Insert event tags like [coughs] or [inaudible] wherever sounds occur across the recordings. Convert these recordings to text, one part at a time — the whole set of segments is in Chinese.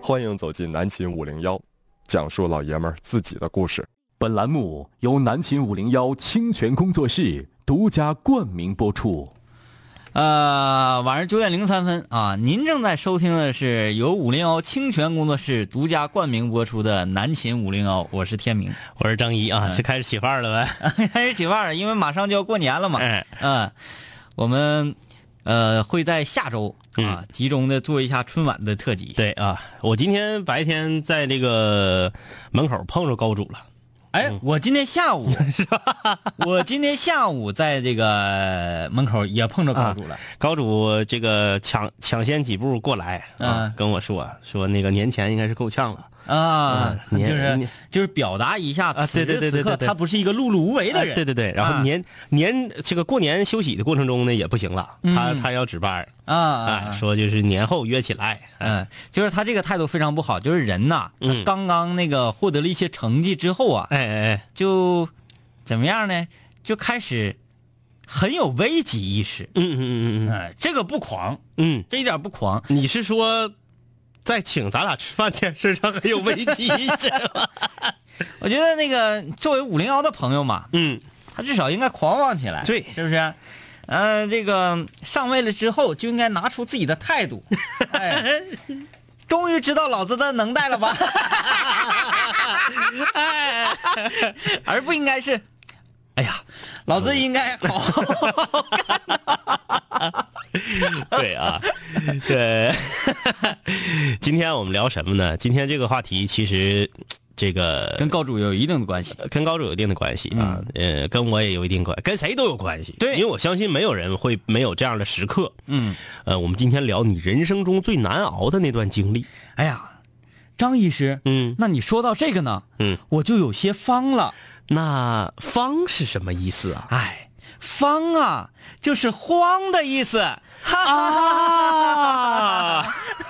欢迎走进南秦五零幺，讲述老爷们儿自己的故事。本栏目由南秦五零幺清泉工作室独家冠名播出。呃，晚上九点零三分啊！您正在收听的是由五零幺清泉工作室独家冠名播出的《南秦五零幺》，我是天明， [laughs] 我是张一啊，这开始起范儿了呗？开始起范儿，因为马上就要过年了嘛。嗯、哎，呃，我们呃会在下周啊嗯集中的做一下春晚的特辑。对啊，我今天白天在这个门口碰着高主了，哎，嗯我今天下 [laughs] 午 [laughs] 我今天下午在这个门口也碰着高啊主了。高主这个抢抢先几步过来啊嗯，跟我说说那个年前应该是够呛了。啊，嗯就年是年就是表达一下啊此对对时对此对刻对对他不是一个碌碌无为的啊人，对对对，然啊后年、年这个过年休息的过程中呢，也不行了，他嗯他要值班儿，啊啊哎，啊说就是年后约起来，嗯，就是他这个态度非常不好，就是人呐，嗯他刚刚那个获得了一些成绩之后啊，哎哎哎，就怎么样呢？就开始很有危机意识。嗯嗯嗯嗯嗯嗯，这个不狂，嗯，这一点不狂。你是说在请咱俩吃饭这件事上很有危机意识吗？我觉得那个作为五零幺的朋友嘛，嗯，他至少应该狂妄起来，对是不是？嗯、这个上位了之后就应该拿出自己的态 [laughs] 度。哎，终于知道老子的能耐了 [laughs] 吧？哎，而不应该是，哎呀，老子应该好好 [laughs] 对啊，对。 [laughs] 今天我们聊什么呢？今天这个话题其实这个呃跟高主有一定的关系。跟高主有一定的关系啊，呃，跟我也有一定关，跟谁都有关系。嗯对因为我相信没有人会没有这样的时刻。嗯，呃，我们今天聊你人生中最难熬的那段经历。哎呀，张医师，嗯那你说到这个呢，嗯，我就有些方了。那方是什么意思啊？哎，方啊，就是慌的意 [laughs] 思。哈哈哈啊，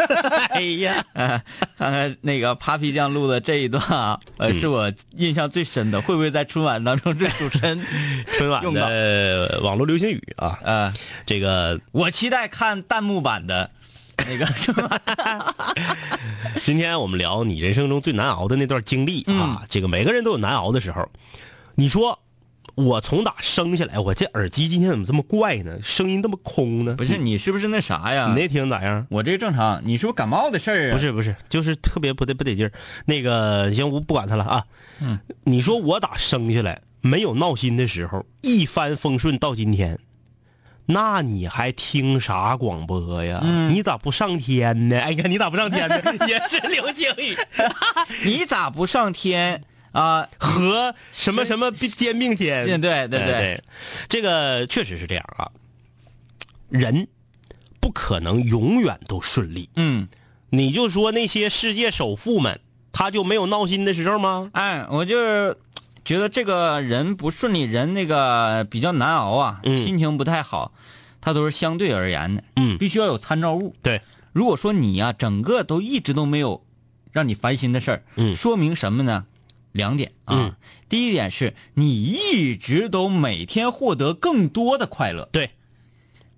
[laughs] 哎呀，哎看看那个 Papi 酱录的这一段啊，呃，是我印象最深的，会不会在春晚当中这主持人？春晚用到的网络流行语啊，呃，这个我期待看弹幕版的那个 [laughs] 春晚。今天我们聊你人生中最难熬的那段经历啊，这个每个人都有难熬的时候。你说我从哪生下来？我这耳机今天怎么这么怪呢？声音这么空呢？不是你是不是那啥呀你？那听咋样？我这正常，你是不是感冒的事儿啊？不，是不是，就是特别不得不得劲儿。那个行，我不管他了啊。嗯，你说我咋生下来没有闹心的时候，一帆风顺到今天，那你还听啥广播呀？你咋不上天呢？哎，你看你咋不上天呢？ [laughs] 也是流行语。你咋不上天啊？和什么什么并肩并肩，对对对哎对，这个确实是这样啊。人不可能永远都顺利，嗯，你就说那些世界首富们，他就没有闹心的时候吗？哎，我就是觉得这个人不顺利，人那个比较难熬啊，嗯心情不太好，它都是相对而言的，嗯，必须要有参照物。对，如果说你呀、整个都一直都没有让你烦心的事儿，嗯说明什么呢？两点啊，嗯第一点是你一直都每天获得更多的快乐。对，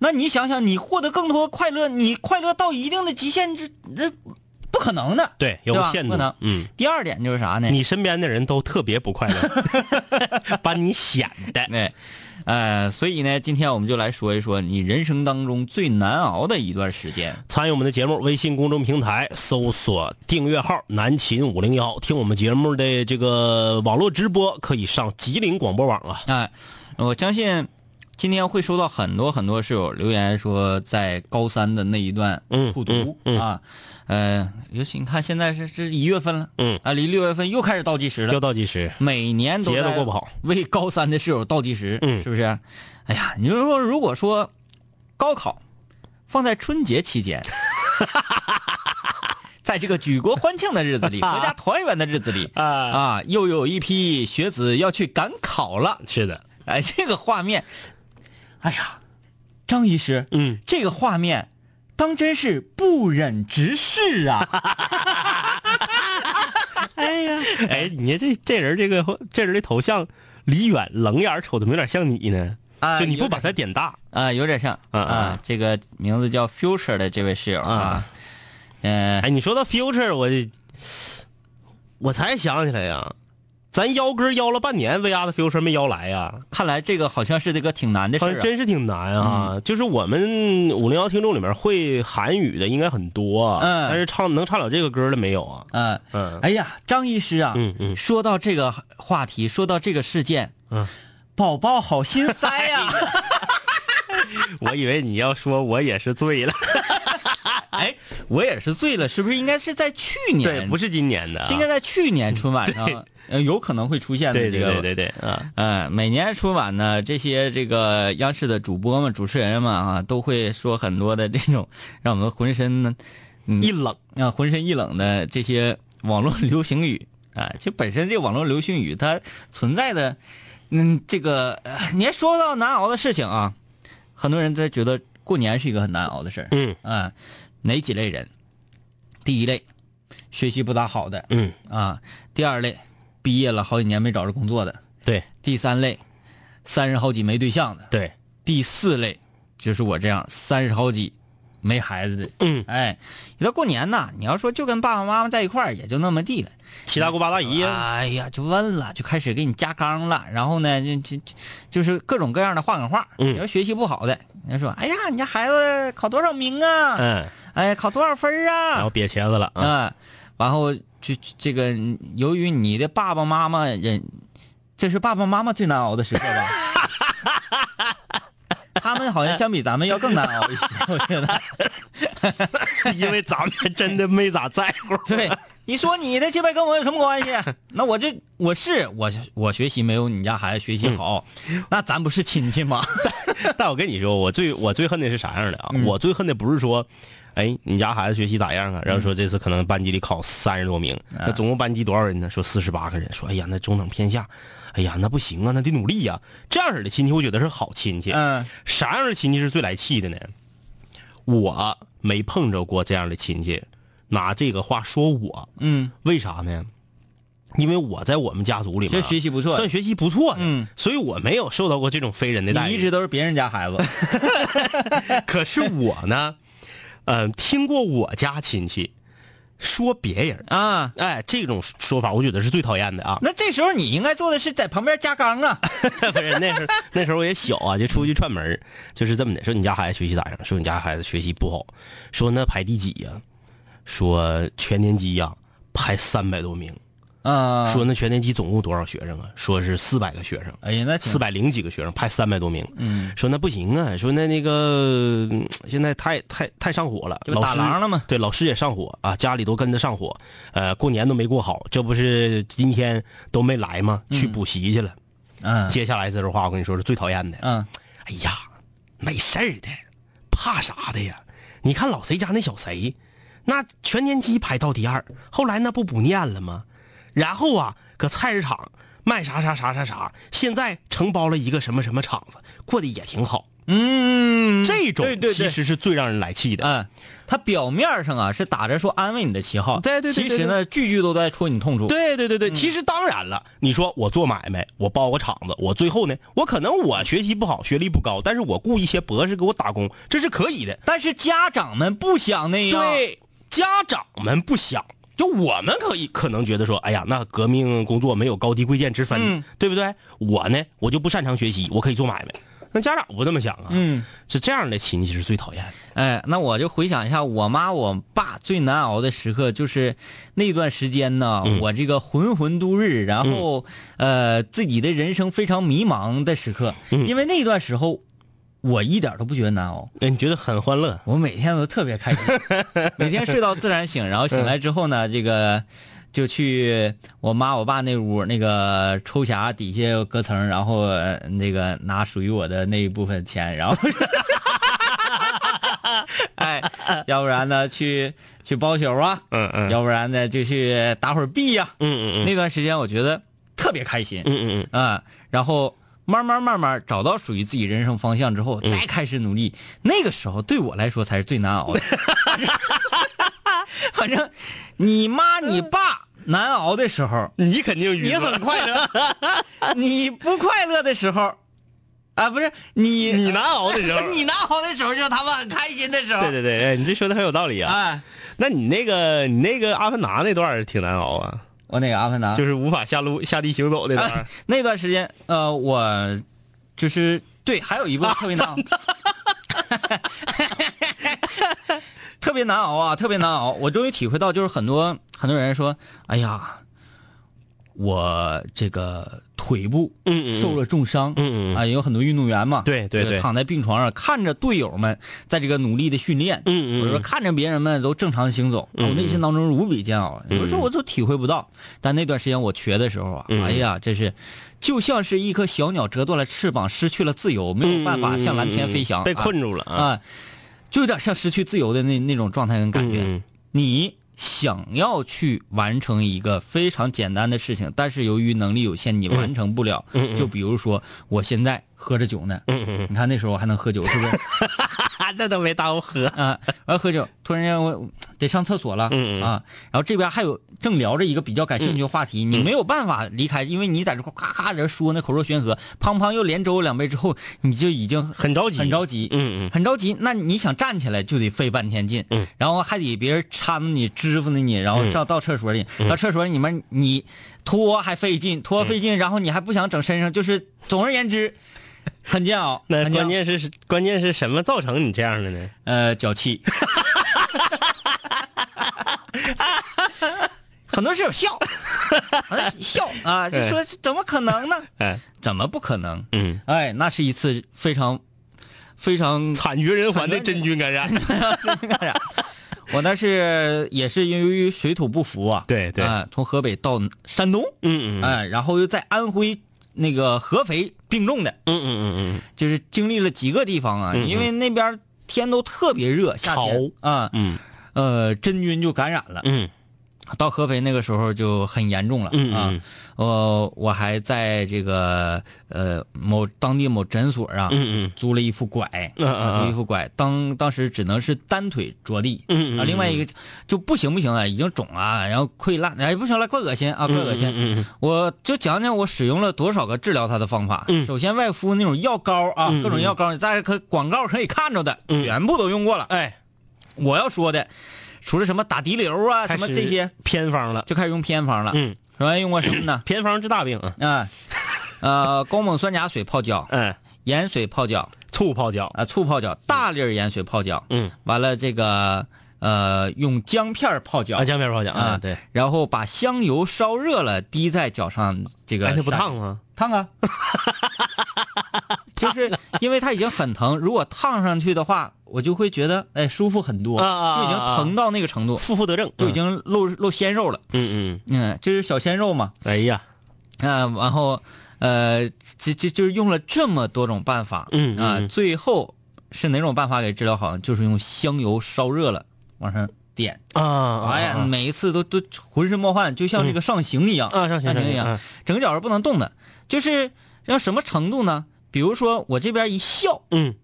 那你想想，你获得更多的快乐，你快乐到一定的极限，这这不可能的。对，有对个吧限不度能。哎嗯，第二点就是啥呢？你身边的人都特别不快乐， [laughs] 把你显的。哎，呃，所以呢，今天我们就来说一说你人生当中最难熬的一段时间。参与我们的节目，微信公众平台搜索订阅号“南秦五零幺”，听我们节目的这个网络直播，可以上吉林广播网啊。哎，我相信今天会收到很多很多室友留言说，在高三的那一段嗯复读、嗯嗯啊，呃，尤其你看现在是这是一月份了，嗯啊，离六月份又开始倒计时要了，倒计时，每年都节都在过不好，为高三的室友倒计时，嗯是不是？哎呀，你就说如果说高考放在春节期 [laughs] 间，在这个举国欢庆的日子 [laughs] 里，合家团圆的日子里。啊，啊，又有一批学子要去赶考了，是的，哎，这个画面，哎呀，张医师，嗯，这个画面当真是不忍直视啊！哎，你这这人这个这人的头像，离远冷眼儿瞅怎么有点像你呢？啊就你有不点把他点大，啊，有点像啊啊这个名字叫 Future 的这位室友啊，嗯、哎，你说到 future，我我才想起来呀，咱邀歌邀了半年，VR 的 future 没邀来呀，看来这个好像是这个挺难的事好儿、像啊。嗯真是挺难啊。就是我们五零幺听众里面会韩语的应该很多啊，嗯但是唱能唱了这个歌的没有啊？嗯、 [laughs] 嗯哎呀，张医师啊，嗯嗯说到这个话题，说到这个事件，嗯，哎宝宝好心塞 [laughs] 呀、我以为你要说我也是醉了，哎，我也是醉了，是不是应该是在去年？对，不是今年的啊、是应该在去年春晚上，呃，有可能会出现的对这对个。对对对啊，嗯，每年春晚呢，这些这个央视的主播们、主持人们啊，都会说很多的这种让我们浑身呢，嗯，一冷。啊，浑身一冷的这些网络流行语啊，就本身这网络流行语它存在的，嗯，这个呃你还说到难熬的事情啊，很多人在觉得过年是一个很难熬的事儿，嗯啊，哪几类人？第一类，学习不咋好的嗯，啊；第二类，毕业了好几年没找着工作的；对第三类，三十好几没对象的；对，第四类，就是我这样三十好几没孩子的。嗯，哎，你到过年呐，你要说就跟爸爸妈妈在一块儿，也就那么地了。七大姑八大姨呀、哎呀，就问了，就开始给你加纲了。然后呢，就就就就是各种各样的话赶话。嗯你要学习不好的，人家说，哎呀，你家孩子考多少名啊？嗯，哎，考多少分儿啊？然后瘪茄子了啊，啊，然后就这个，由于你的爸爸妈妈人，这是爸爸妈妈最难熬的时刻吧？ [laughs] 他们好像相比咱们要更难熬一些，我觉得。嗯 [laughs] 因为咱们真的没咋在乎。 [laughs] 对，你说你的去呗，跟我有什么关系？那我这我是我我学习没有你家孩子学习好，嗯那咱不是亲戚吗？但我跟你说，我最我最恨的是啥样的啊？我最恨的不是说，哎，你家孩子学习咋样啊？然后说这次可能班级里考三十多名，那总共班级多少人呢？说四十八个人，说哎呀，那中等偏下，哎呀，那不行啊，那得努力呀、这样式的亲戚，我觉得是好亲戚。嗯啥样的亲戚是最来气的呢？我没碰着过这样的亲戚，拿这个话说我，嗯，为啥呢？因为我在我们家族里面这啊、学习不错算学习不错的，嗯所以我没有受到过这种非人的待遇。你一直都是别人家孩子，可是我呢， [laughs] 呃，听过我家亲戚说别人，啊。。哎，这种说法我觉得是最讨厌的啊那这时候你应该做的是在旁边加纲啊， [laughs] 不是那时候那时候我也小啊，就出去串门儿就是这么的。说你家孩子学习咋样？说你家孩子学习不好。说那排第几呀、说全年级呀、排三百多名。啊，说那全年级总共多少学生啊？说是四百个学生。哎呀，那挺四百零几个学生，排三百多名。嗯，说那不行啊，说那那个嗯现在太太太上火了，就打老师狼了嘛对，老师也上火啊，家里都跟着上火，呃，过年都没过好，这不是今天都没来吗？去补习去了。嗯接下来这句话我跟你说是最讨厌的。嗯，哎呀，没事儿的，怕啥的呀？你看老谁家那小谁，那全年级排到第二，后来那不不念了吗？然后啊，搁菜市场卖啥啥啥啥啥，现在承包了一个什么什么厂子，过得也挺好。嗯，这种对对其对，实是最让人来气的。嗯，他表面上啊是打着说安慰你的旗号，对对对对其实呢句句都在戳你痛处，对对对对，其实当然了，你说我做买卖，我包个厂子，我最后呢，我可能我学习不好，学历不高，但是我雇一些博士给我打工，这是可以的。但是家长们不想那样，，对，家长们不想，就我们可以可能觉得说，哎呀，那革命工作没有高低贵贱之分，嗯对不对？我呢，我就不擅长学习，我可以做买卖。那家长不这么想啊，嗯，是这样的亲戚是最讨厌的。哎，那我就回想一下我妈我爸最难熬的时刻，就是那段时间呢，嗯我这个浑浑度日，然后、呃自己的人生非常迷茫的时刻，嗯因为那段时候我一点都不觉得难熬，哎，你觉得很欢乐？我每天都特别开 [laughs] 心，每天睡到自然醒，然后嗯醒来之后呢，这个就去我妈我爸那屋那个抽匣底下隔层，然后呃那个拿属于我的那一部分钱，然后，哎，要不然呢去去包宿啊，嗯嗯要不然呢就去打会儿币呀、嗯嗯嗯那段时间我觉得特别开心，嗯嗯啊、然后慢慢慢慢找到属于自己人生方向之后，嗯再开始努力，那个时候对我来说才是最难 [laughs] 熬的。反正你妈你爸难熬的时候，嗯，你肯定你很快 [laughs] 乐；你不快乐的时候，啊，不是你你难熬的时候 [laughs] 。你难熬的时候，就是他们很开心的时候。对对对，哎，你这说的很有道理啊。哎，那你那个你那个阿凡达那段儿挺难熬啊，我那个阿凡达，就是无法下路下地行走那段儿。 [laughs] 那段时间，呃，我就是对，还有一部啊特别难熬，特别难熬 [laughs] 啊，特别难熬。我终于体会到，就是很多很多人说，哎呀，我这个腿部嗯嗯受了重伤，嗯嗯嗯啊，也有很多运动员嘛，对对就是对躺在病床上看着队友们在这个努力的训练，嗯嗯我说看着别人们都正常行走，嗯我内心当中是无比煎熬。有时候我都体会不到，但那段时间我瘸的时候啊，嗯哎呀，真是就像是一颗小鸟折断了翅膀，失去了自由，没有办法向蓝天飞翔，啊被困住了啊。啊，就有点像失去自由的那那种状态跟感觉。嗯嗯你想要去完成一个非常简单的事情，但是由于能力有限，你完成不了。嗯嗯就比如说，我现在喝着酒呢，嗯嗯你看那时候我还能喝酒，是不是？嗯，那都没耽误喝。啊，完喝酒，突然间我得上厕所了，嗯嗯啊，然后这边还有正聊着一个比较感兴趣的话嗯题，你没有办法离开，因为你在这块咔咔在这说那口若悬河，胖胖又连粥两杯之后，你就已经很着急很着急，嗯嗯很着急，那你想站起来就得费半天劲，嗯，然后还得别人搀着你、支扶着你，然后上到厕所里，嗯到厕所里面你脱还费劲，脱费劲，然后你还不想整身上，就是总而言之，很煎熬。那很煎熬关键是关键是什么造成你这样的呢？呃脚气， [laughs] 很多室友笑，笑 [laughs] 啊，就说怎么可能呢？哎，怎么不可能？嗯，哎，那是一次非常非常惨绝人寰的真菌感染。我那是也是由于水土不服啊，对对啊、从河北到山东，嗯嗯哎、然后又在安徽那个合肥病重的，嗯嗯嗯就是经历了几个地方啊，嗯嗯因为那边天都特别热，夏天啊、嗯呃，真菌就感染了。嗯到合肥那个时候就很严重了、嗯啊嗯，呃，我还在这个呃某当地某诊所啊，嗯租了一副拐，啊嗯嗯嗯租一副拐，当当时只能是单腿着地，嗯嗯啊，另外一个就就不行不行啊，已经肿啊，然后溃烂，哎，不行了，怪恶心啊，怪恶心。嗯我就讲讲我使用了多少个治疗它的方法。嗯首先外敷那种药膏啊，嗯各种药膏，大家可广告可以看着的，嗯全部都用过了。哎，我要说的，除了什么打滴流啊，什么这些，偏方了。就开始用偏方了。嗯，？首先用过什么呢偏方治大病啊。啊，呃，高锰酸钾水泡脚，嗯，盐水泡脚，醋泡脚。啊，醋泡脚，大粒儿盐水泡脚。嗯，完了这个呃，用姜片儿泡脚啊，。姜片泡脚啊，对。然后把香油烧热了，滴在脚上，这个哎，那不晒烫吗？烫啊， [laughs] 就是因为它已经很疼，如果烫上去的话，我就会觉得哎舒服很多，啊啊啊就已经啊疼到那个程度，负负得正，就已经露露鲜肉了，嗯嗯。嗯，这是小鲜肉嘛，哎呀，啊、然后呃，这这就是用了这么多种办法，嗯啊、嗯嗯最后是哪种办法给治疗好？就是用香油烧热了往上点。啊，哎呀，每一次都都浑身冒汗，就像这个上刑一样啊，上行上行一样，行，整个脚是不能动的。就是要什么程度呢？比如说我这边一笑，嗯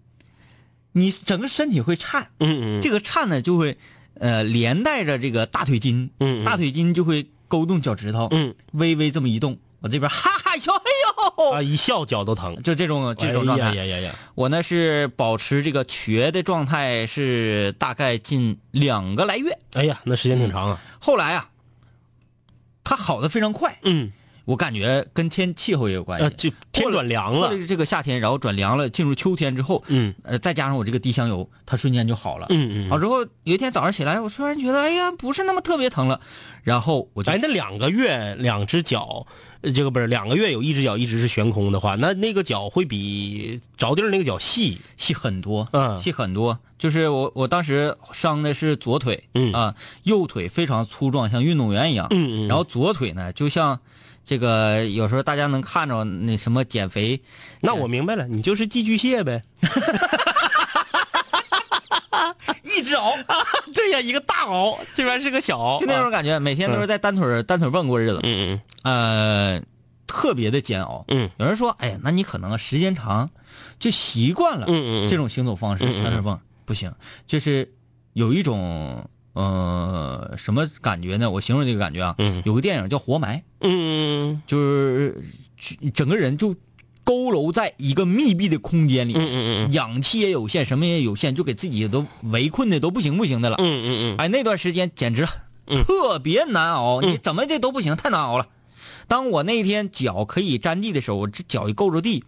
你整个身体会颤，嗯嗯，这个颤呢就会呃连带着这个大腿筋，嗯嗯大腿筋就会勾动脚趾头，嗯微微这么一动，我这边哈哈笑，哎呦，啊，一笑脚都疼，就这种这种状态。哎呀呀呀呀，我呢是保持这个瘸的状态是大概近两个来月，哎呀，那时间挺长啊，后来啊，它好的非常快。嗯，我感觉跟天气候也有关系。啊，就天转凉过了，了这个夏天，然后转凉了，进入秋天之后，嗯呃，再加上我这个滴香油，它瞬间就好了。嗯好嗯，之后，有一天早上起来，我突然觉得，哎呀，不是那么特别疼了，然后我就哎，那两个月两只脚，呃这个不是两个月有一只脚一直是悬空的话，那那个脚会比着地儿那个脚细，细很多，嗯细很多。就是我我当时伤的是左腿，嗯啊、右腿非常粗壮，像运动员一样。嗯嗯然后左腿呢，就像这个有时候大家能看着那什么减肥，那我明白了，你就是寄居蟹呗， [laughs] 一直熬， [laughs] 对呀，一个大螯，这边是个小螯，啊就那种感觉，每天都是在单腿儿、单腿儿蹦过日子。嗯呃，特别的煎熬。嗯有人说，哎呀，那你可能啊时间长就习惯了嗯嗯嗯，这种行走方式，嗯嗯嗯单腿蹦不行，就是有一种呃什么感觉呢？我形容这个感觉啊，嗯有个电影叫《活埋》，嗯就是就整个人就佝偻在一个密闭的空间里，嗯嗯嗯氧气也有限，什么也有限，就给自己都围困的都不行不行的了。嗯嗯嗯哎，那段时间简直特别难熬，嗯你怎么的都不行，太难熬了。当我那天脚可以沾地的时候，我这脚一够着地，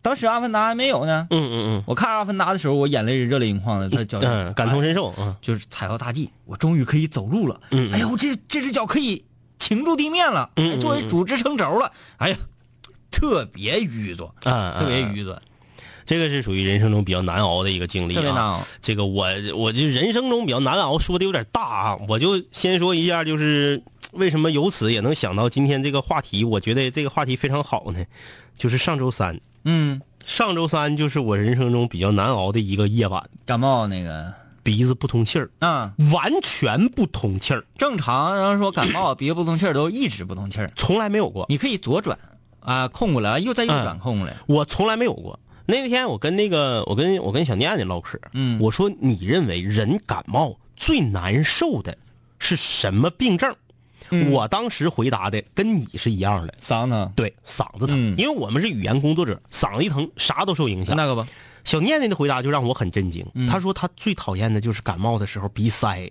当时阿凡达还没有呢。嗯嗯我看阿凡达的时候，我眼泪热泪盈眶的，他脚哎嗯，嗯，感同身受啊，就是踩到大地，我终于可以走路了。嗯嗯哎呦，这这只脚可以停住地面了，哎嗯嗯嗯作为主支撑轴了。哎呀，特别愚钝，啊啊，特别愚钝，这个是属于人生中比较难熬的一个经历特别难啊。熬。这个我我就人生中比较难熬，说的有点大啊，我就先说一下，就是为什么由此也能想到今天这个话题，我觉得这个话题非常好呢，就是上周三，嗯，上周三就是我人生中比较难熬的一个夜晚，感冒那个鼻子不通气儿，啊，完全不通气儿，正常人说感冒鼻子不通气儿都一直不通气儿，从来没有过。你可以左转啊控过来，右再右转嗯控过来。我从来没有过。那天我跟那个我跟我跟小念念唠嗑，嗯我说你认为人感冒最难受的是什么病症？嗯我当时回答的跟你是一样的，嗓子对，嗓子疼，嗯因为我们是语言工作者，嗓子一疼啥都受影响。那个吧，小念念的回答就让我很震惊，嗯她说她最讨厌的就是感冒的时候鼻塞。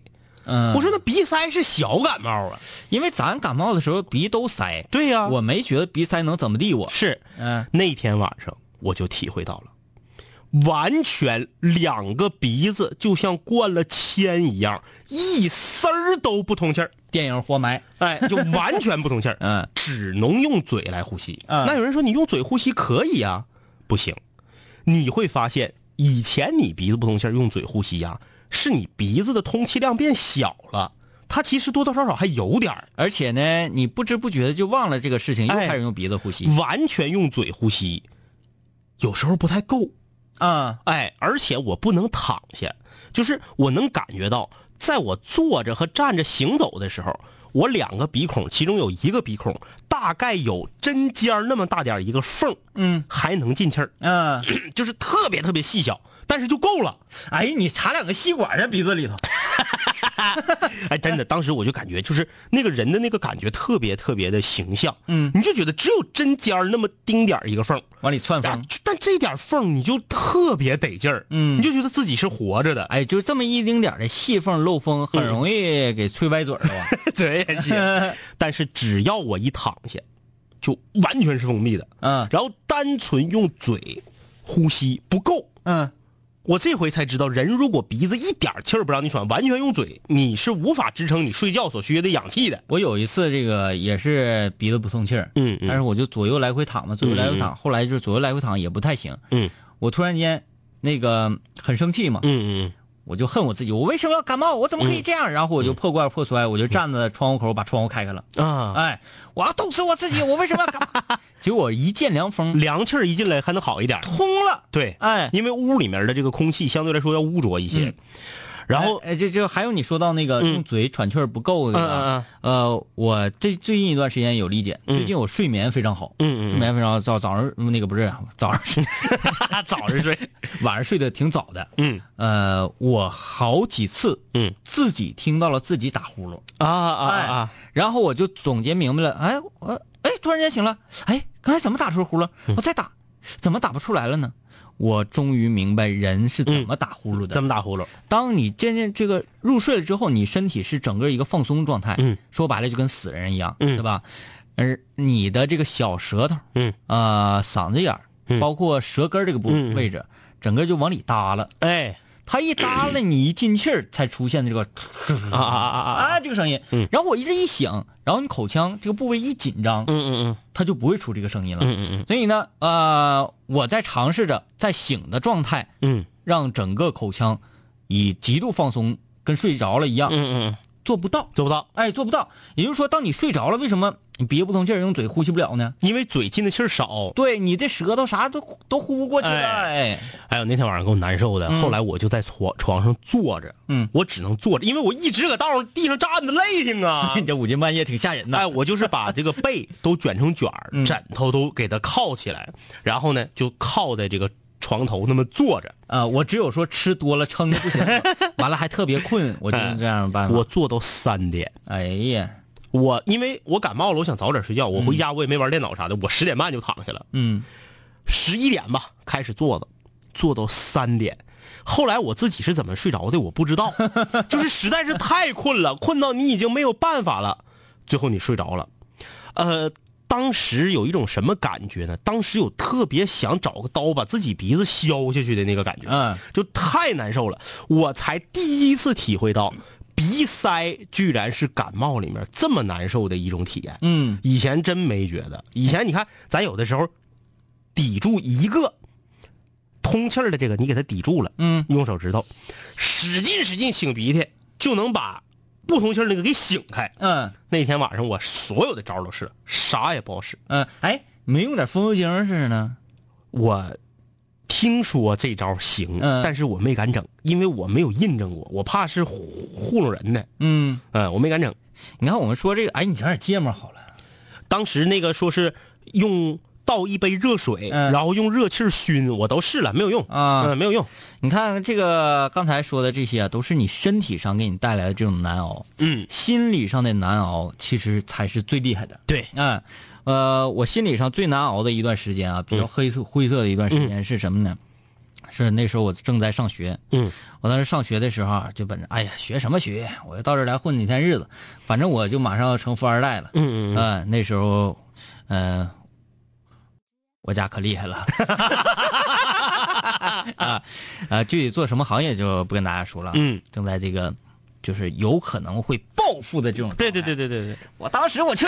嗯，我说那鼻塞是小感冒啊，因为咱感冒的时候鼻都塞，对呀、我没觉得鼻塞能怎么地我。是嗯那天晚上我就体会到了，完全两个鼻子就像灌了铅一样，一丝儿都不通气儿，电影《活埋》，哎，就完全不通 [laughs] 气儿，嗯只能用嘴来呼吸。嗯那有人说你用嘴呼吸可以啊，不行，你会发现以前你鼻子不通气儿用嘴呼吸呀、啊是你鼻子的通气量变小了，它其实多多少少还有点儿，而且呢，你不知不觉的就忘了这个事情，又哎开始用鼻子呼吸完全用嘴呼吸，有时候不太够。啊、哎，而且我不能躺下，就是我能感觉到，在我坐着和站着行走的时候，我两个鼻孔，其中有一个鼻孔大概有针尖儿那么大点儿一个缝，嗯，还能进气儿，嗯，就是特别特别细小，但是就够了。哎，你插两个吸管在鼻子里头，哎，真的，当时我就感觉就是那个人的那个感觉特别特别的形象，嗯，你就觉得只有针尖儿那么丁点儿一个缝，往里窜啊风，就但这点缝你就特别得劲儿，嗯你就觉得自己是活着的，哎，哎，就这么一丁点儿的细缝漏风，嗯很容易给吹歪嘴儿了 [laughs] 吧？嘴也行。但是只要我一躺下，就完全是封闭的。嗯然后单纯用嘴呼吸不够，嗯，我这回才知道，人如果鼻子一点气儿不让你喘，完全用嘴，你是无法支撑你睡觉所需的氧气的。我有一次这个也是鼻子不通气儿，嗯但是我就左右来回躺嘛，左右来回躺，后来就是左右来回躺也不太行，嗯我突然间那个很生气嘛，嗯我就恨我自己，我为什么要感冒？我怎么可以这样？然后我就破罐破摔，我就站在窗户口把窗户开开了。嗯啊，哎，我要冻死我自己，我为什么要干嘛？ [laughs] 结果一见凉风凉气儿一进来还能好一点。通了，对，哎，因为屋里面的这个空气相对来说要污浊一些嗯。然后，哎，哎这这还有你说到那个嗯用嘴喘气儿不够的嗯啊，嗯呃，我这最近一段时间有理解，最近我睡眠非常好，嗯嗯睡眠非常好，早早上嗯那个不是早上 [laughs] 睡，嗯，早上睡。晚上睡得挺早的，嗯呃，我好几次嗯自己听到了自己打呼噜，啊啊哎啊！然后我就总结明白了，哎，我哎突然间醒了，哎，刚才怎么打出呼噜？嗯我再打，怎么打不出来了呢？我终于明白人嗯是怎么打呼噜的。这么打呼噜？当你渐渐这个入睡了之后，你身体是整个一个放松状态，嗯说白了就跟死人一样，嗯对吧？而你的这个小舌头，嗯，呃，嗓子眼儿，嗯包括舌根儿这个部嗯分位置，整个就往里耷拉。哎它一耷拉，你一进气儿才出现的这个啊啊啊啊啊！啊这个声音。嗯然后我一直一醒，然后你口腔这个部位一紧张，嗯嗯它就不会出这个声音了。嗯嗯嗯所以呢，呃，我在尝试着在醒的状态，嗯让整个口腔以极度放松，跟睡着了一样，嗯嗯，做不到。做不到，哎，做不到。也就是说，当你睡着了，为什么你鼻子不通气儿，用嘴呼吸不了呢？因为嘴进的气儿少。对，你的舌头啥都都呼不过去了。哎，哎呦，那天晚上给我难受的，后来我就在床床上坐着，嗯，我只能坐着，因为我一直搁道上地上站着累 [laughs]。挺啊你这五更半夜挺吓人的。哎，我就是把这个被都卷成卷儿，嗯枕头都给它铐起来，然后呢就靠在这个床头那么坐着，啊、我只有说吃多了撑的不行 [laughs] 了，完了还特别困，我就用这样的办法。我坐到三点。哎呀，我因为我感冒了，我想早点睡觉，我回家我也没玩电脑啥的，我十点半就躺下了。嗯十一点吧开始做的，做到三点。后来我自己是怎么睡着的，我不知道，就是实在是太困了，困到你已经没有办法了，最后你睡着了。呃，当时有一种什么感觉呢？当时有特别想找个刀把自己鼻子削下去的那个感觉，嗯，就太难受了。我才第一次体会到鼻塞居然是感冒里面这么难受的一种体验。嗯，以前真没觉得，以前你看咱有的时候抵住一个通气儿的这个，你给它抵住了，嗯，用手指头使劲使劲擤鼻涕，就能把不通气儿那个给擤开。嗯那天晚上我所有的招儿都试了，啥也不好使。嗯，哎，没用点风油精试试呢？我听说这招儿行，嗯但是我没敢整，因为我没有印证过，我怕是糊糊弄人的。嗯，嗯，我没敢整。你看我们说这个，哎，你整点芥末好了。当时那个说是用倒一杯热水，嗯然后用热气儿熏，我都试了，没有用啊嗯没有用。你看这个刚才说的这些啊，都是你身体上给你带来的这种难熬，嗯，心理上的难熬其实才是最厉害的。对，嗯，呃，我心理上最难熬的一段时间啊，比嗯较黑色、灰色的一段时间是什么呢？是那时候我正在上学，嗯，我当时上学的时候啊就本着，哎呀，学什么学？我就到这儿来混几天日子，反正我就马上要成富二代了。嗯嗯，嗯，那时候，嗯、我家可厉害了。 [laughs] 啊啊！具体做什么行业就不跟大家说了。嗯，正在这个就是有可能会暴富的这种。对对对，对对对，我当时我 [clears throat] 就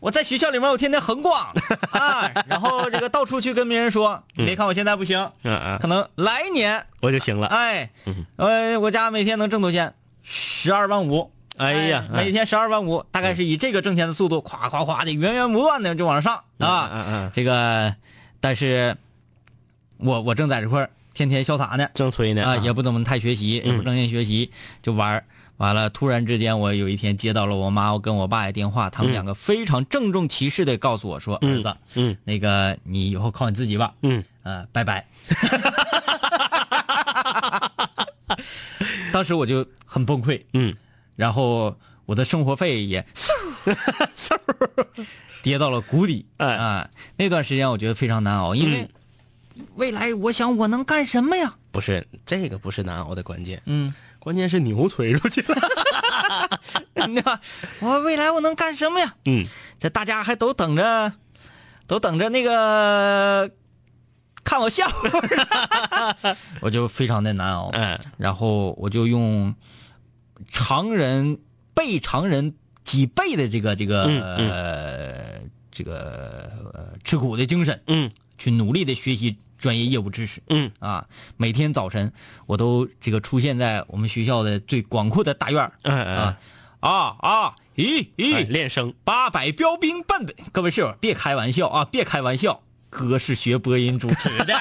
我在学校里面我天天横 [laughs] 逛啊，然后这个到处去跟别人说，你别看我现在不行，嗯嗯，可能来年我就行了。哎，呃，我家每天能挣多少钱？十二万五。哎呀，嗯每天十二万五，大概是以这个挣钱的速度，咵咵咵的源源不断的就往上啊啊。嗯嗯，这个，但是我我正在这块儿天天潇洒呢正吹呢啊，也不怎么太学习，嗯也不正经学习，就玩儿。完了，突然之间，我有一天接到了我妈我跟我爸的电话，他们两个非常郑重其事的告诉我说：“儿子，嗯那个你以后靠你自己吧，嗯，呃，拜拜。” [laughs] 当时我就很崩溃，嗯，然后我的生活费也嗖嗖 [laughs] 跌到了谷底。哎啊，那段时间我觉得非常难熬，因为嗯未来我想我能干什么呀？不是这个不是难熬的关键，嗯，关键是牛吹出去了。 [laughs] 对吧？我未来我能干什么呀？嗯，这大家还都等着，都等着那个看我笑话儿， [laughs] 我就非常的难熬。嗯然后我就用常人被常人几倍的这个这个、嗯嗯呃这个、呃、吃苦的精神，嗯去努力的学习专业业务知识嗯啊！每天早晨我都这个出现在我们学校的最广阔的大院儿嗯嗯啊，啊啊！咦哎咦，练声，八百标兵奔北，各位室友别开玩笑啊，别开玩笑。哥是学播音主持 [laughs] 的，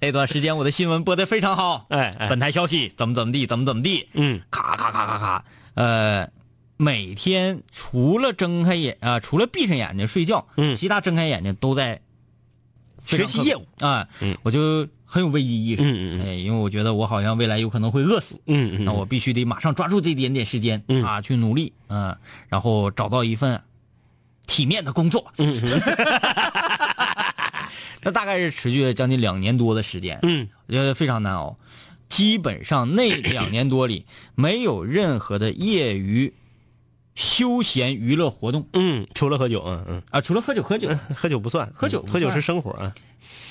那段时间我的新闻播得非常好，哎哎本台消息怎么怎么地，怎么怎么地，嗯咔咔咔咔咔，呃，每天除了睁开眼啊、除了闭上眼睛睡觉，嗯其他睁开眼睛都在学习业务啊，嗯我就很有危机意识，嗯嗯嗯哎，因为我觉得我好像未来有可能会饿死，嗯嗯，那我必须得马上抓住这一点点时间、嗯啊，去努力，嗯、然后找到一份体面的工作。嗯 [laughs] 那大概是持续了将近两年多的时间，嗯我觉得非常难熬。基本上那 [coughs] 两年多里，没有任何的业余休闲娱乐活动嗯，除了喝酒，嗯嗯。啊，除了喝酒喝酒，喝酒不算，嗯喝酒不喝酒算是生活啊。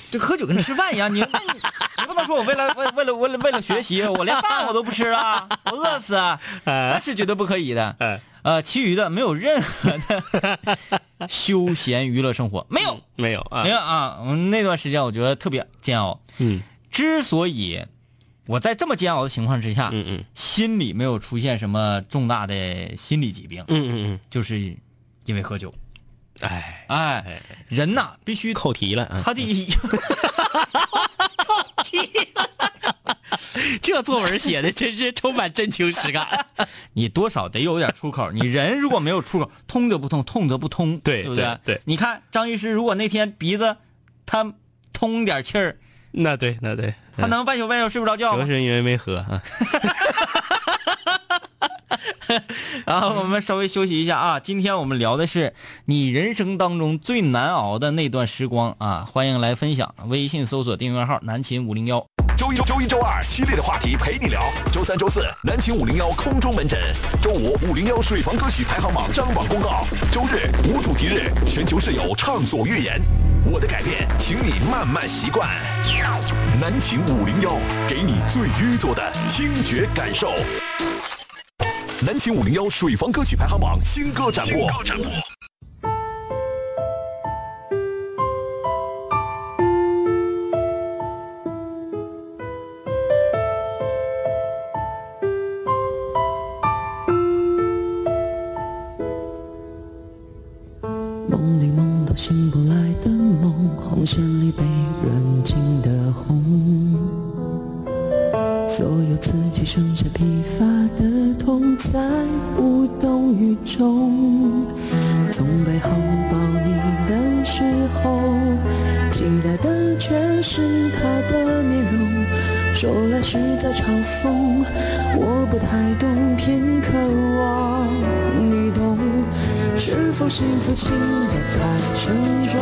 这喝酒跟吃饭一样，你那你你不能说我为了为为了为了为了学习，我连饭我都不吃啊，我饿死啊，那是绝对不可以的。哎，呃，其余的没有任何的休闲娱乐生活，没有，没有啊没，有啊。嗯那段时间我觉得特别煎熬。嗯之所以我在这么煎熬的情况之下，嗯嗯心里没有出现什么重大的心理疾病，嗯嗯就是因为喝酒。嗯，哎，哎，人呐，必须扣题了啊，他的 [laughs] 这作文写的真是充满真情实 [laughs] 感。你多少得有点出口。你人如果没有出口，通则不通，痛则不通，对不对？对对你看张医师，如果那天鼻子他通点气儿，那对，那对，他能半宿半宿睡不着觉主吗要？是因为没喝啊。啊，我们稍微休息一下啊。今天我们聊的是你人生当中最难熬的那段时光啊，欢迎来分享。微信搜索订阅号“南秦五零幺周一周周一周二系列的话题陪你聊，周三周四南秦五零幺空中门诊，周五五零幺水房歌曲排行榜张榜公告，周日无主题日，全球室友畅所欲言。我的改变，请你慢慢习惯。南秦五零幺给你最淤作的听觉感受。南秦五零幺水房歌曲排行榜新歌展播。梦里梦到醒不来的梦，红线里被软禁的红，所有刺激剩下疲乏的痛，在无动于衷。从背后抱你的时候，期待的却是他的面容。说来是在嘲讽，我不太懂，偏渴望你懂。是否幸福轻得太沉重？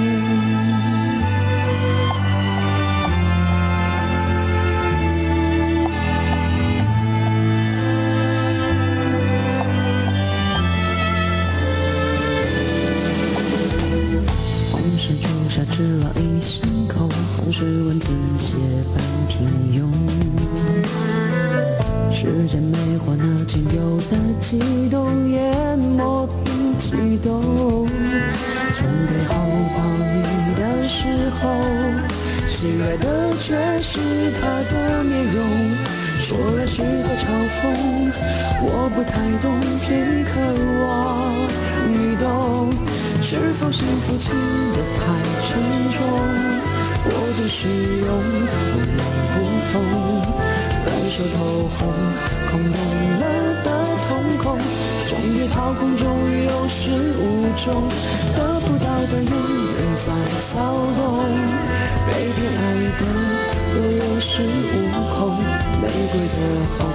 红是朱砂痣烙印心口，红是文字写般平庸。时间美化那仅有的悸动，淹没并激动。从背后抱你的时候，期待的却是他的面容。说来是在嘲讽，我不太懂，偏渴望你懂。是否幸福轻得太沉重？过度使用，不痒不痛，感受透红，空洞了的瞳孔，终于掏空，终于有始无终，得不到的永远在骚动，被偏爱的都有恃无恐，玫瑰的红，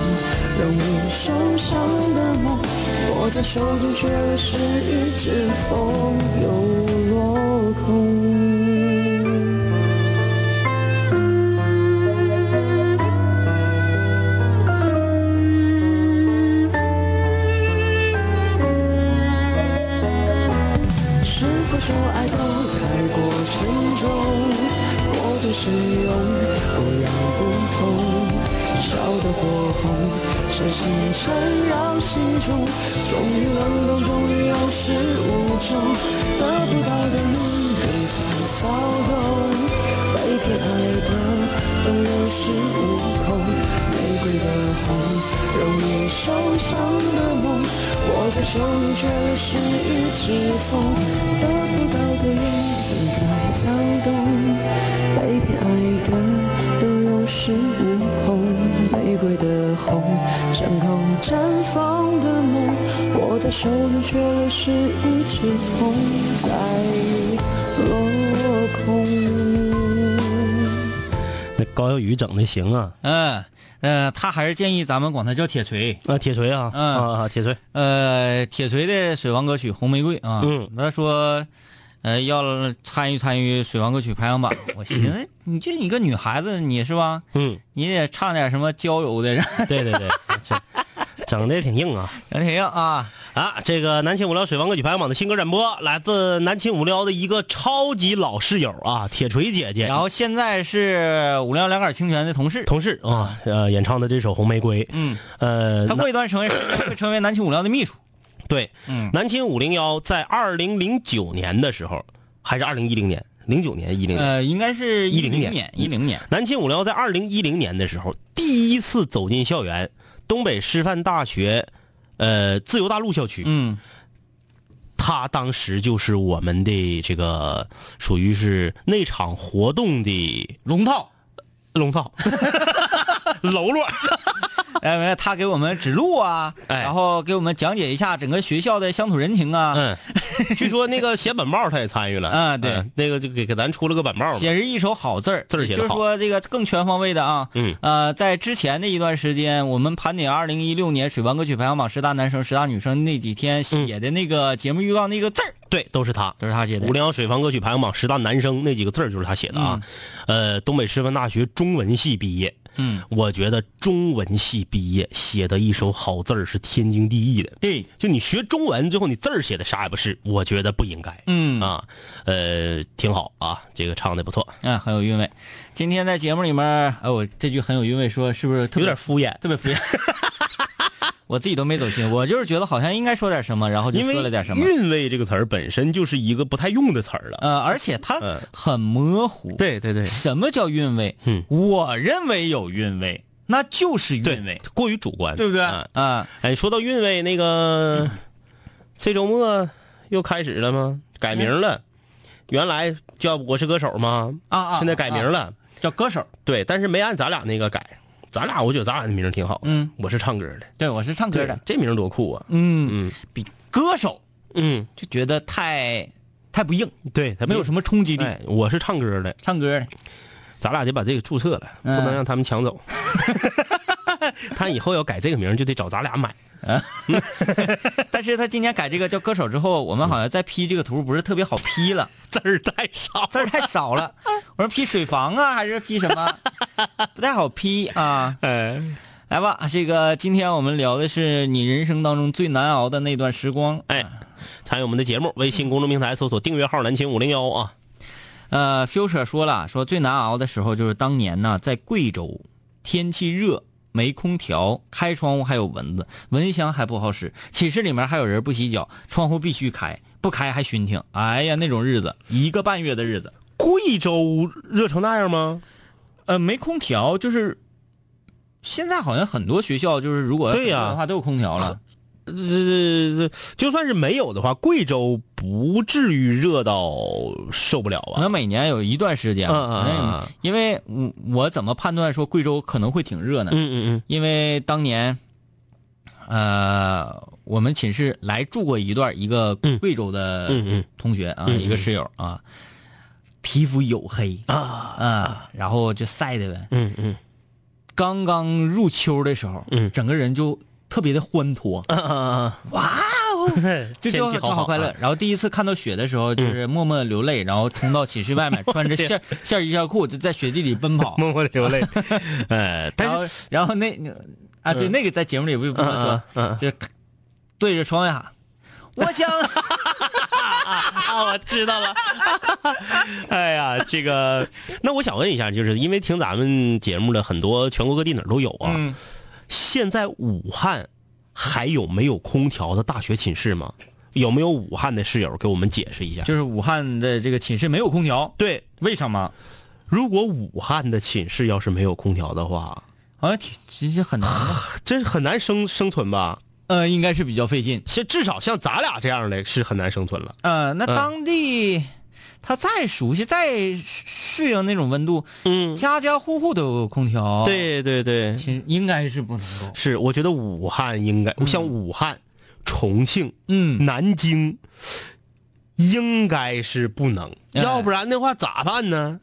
容易受伤的梦。握在手中却是一只风，又落空。是否说爱都太过沉重？过度使用，不痒不痛，烧得火红，伤心缠绕心中，终于冷冻，终于有始无终，得不到的永远在骚动，被偏爱的都有恃无恐，玫瑰的红，容易受伤的梦，握在手中却是一只风，得不到的永远在骚动，被偏爱的都有恃无恐，玫瑰的红，伤口绽放的梦，握在手中却是一只风，在落空。那高小宇整的行啊，”。嗯呃，他还是建议咱们管他叫铁锤。啊，铁锤啊，嗯啊啊，铁锤，呃，铁锤的水王歌曲《红玫瑰》啊，嗯他说，呃，要参与参与水王歌曲排 [coughs] 行榜。我寻思，你就你个女孩子，你是吧？嗯，你得唱点什么娇柔的，让对对对，整整的挺硬啊。让谁呀啊？啊，这个南秦五聊水王歌曲排行榜的新歌展播，来自南秦五聊的一个超级老室友啊，铁锤姐姐，然后现在是五零幺两杆清泉的同事，同事啊，呃，演唱的这首《红玫瑰》，嗯，呃，他那过一段成为 [coughs] 会成为南青五零幺的秘书。对，嗯南秦五零幺在二零零九年的时候，还是二零一零年，零九年一零年，呃，应该是10年嗯年，一零年，南秦五零幺在二零一零年的时候第一次走进校园，东北师范大学呃自由大陆校区，嗯他当时就是我们的这个属于是那场活动的龙 [laughs] 套，[laughs] 龙套，喽啰，哎，没有他给我们指路啊，哎然后给我们讲解一下整个学校的乡土人情啊，嗯，据说那个写本报他也参与了， [laughs] 啊对嗯那个就给给咱出了个本报嘛，写是一手好字儿，字儿写得就是好说这个更全方位的啊。嗯呃，在之前的一段时间，我们盘点二零一六年水王歌曲排行榜十大男生、十大女生那几天嗯写的那个节目预告那个字儿，对，都是他。都是他写的五。零幺水房歌曲排行榜十大男生那几个字儿就是他写的啊，呃，东北师范大学中文系毕业，嗯，我觉得中文系毕业写的一手好字儿是天经地义的，对，就你学中文，最后你字儿写的啥也不是，我觉得不应该。嗯啊，呃，挺好啊，这个唱的不错，嗯，很有韵味。今天在节目里面，哎，我这句很有韵味，说是不是特有别点敷衍，特别敷衍？我自己都没走心，我就是觉得好像应该说点什么，然后就 [laughs] 因为说了点什么。韵味这个词儿本身就是一个不太用的词儿了。呃，而且它嗯很模糊。对对对什么叫韵味？嗯我认为有韵味，那就是韵对味，，过于主观，对不对？啊啊，哎，说到韵味，那个这周末又开始了吗？改名了，原来叫我是歌手吗？哎啊啊现在改名了。叫歌手，对，但是没按咱俩那个改，咱俩我觉得咱俩的名儿挺好。嗯，我是唱歌的，对我是唱歌的，这名儿多酷啊！嗯嗯比歌手嗯，就觉得太太不硬，对，他没有什么冲击力。哎，我是唱歌的，唱歌的，咱俩得把这个注册了，不嗯能让他们抢走。他以后要改这个名儿，就得找咱俩买。 [laughs] 但是他今年改这个叫歌手之后，我们好像在 P 这个图不是特别好 P [laughs] 了，字儿太少，字儿太少了。我说 P 水房啊，还是 P 什 [laughs] 么？不太好 P 啊。哎，来吧，这个今天我们聊的是你人生当中最难熬的那段时光。哎，参与我们的节目，微信公众平台搜索订阅号“南秦五零幺”啊。呃，Future 说了，说最难熬的时候就是当年呢，在贵州，天气热，没空调，开窗户还有蚊子，蚊香还不好使，寝室里面还有人不洗脚，窗户必须开，不开还熏挺。哎呀，那种日子，一个半月的日子，贵州热成那样吗？呃，没空调就是。现在好像很多学校就是如果对呀很多的话都有空调了，这这这，呃就算是没有的话，贵州不至于热到受不了好啊。像每年有一段时间吧，嗯嗯嗯嗯好像有因为我我怎么判断说贵州可能会挺热呢？嗯嗯因为当年，呃，我们寝室来住过一段一个嗯贵州的嗯嗯同学啊，嗯嗯一个室友啊，皮肤黝黑嗯啊，啊，然后就晒的呗。嗯嗯刚刚入秋的时候，嗯整个人就特别的欢脱，啊啊啊！哇哦！就就 [laughs] 天气就好好快啊嗯乐，然后第一次看到雪的时候，就是默默流泪，然后冲到寝室外面，穿着 [laughs] 线线衣线裤就在雪地里奔跑，默默流 [laughs] 泪。哎，但是然嗯后然后那啊，对，那个在节目里不不能说，就对着窗外喊，我 [laughs] 想，啊，我知道了。 [laughs] 哎呀，这个，那我想问一下，就是因为听咱们节目的很多全国各地哪儿都有啊，嗯，现在武汉还有没有空调的大学寝室吗？有没有武汉的室友给我们解释一下？就是武汉的这个寝室没有空调，对，为什么？如果武汉的寝室要是没有空调的话，好像挺其实很难 [laughs] 的，这很难生生存吧？呃，应该是比较费劲，像至少像咱俩这样的是很难生存了。呃，那嗯当地他再熟悉、再适应那种温度，嗯，家家户户都有空调，，对对对，其实应该是不能够，是，我觉得武汉应该，像武汉、重庆、嗯，南京，应该是不能，哎要不然的话咋办呢？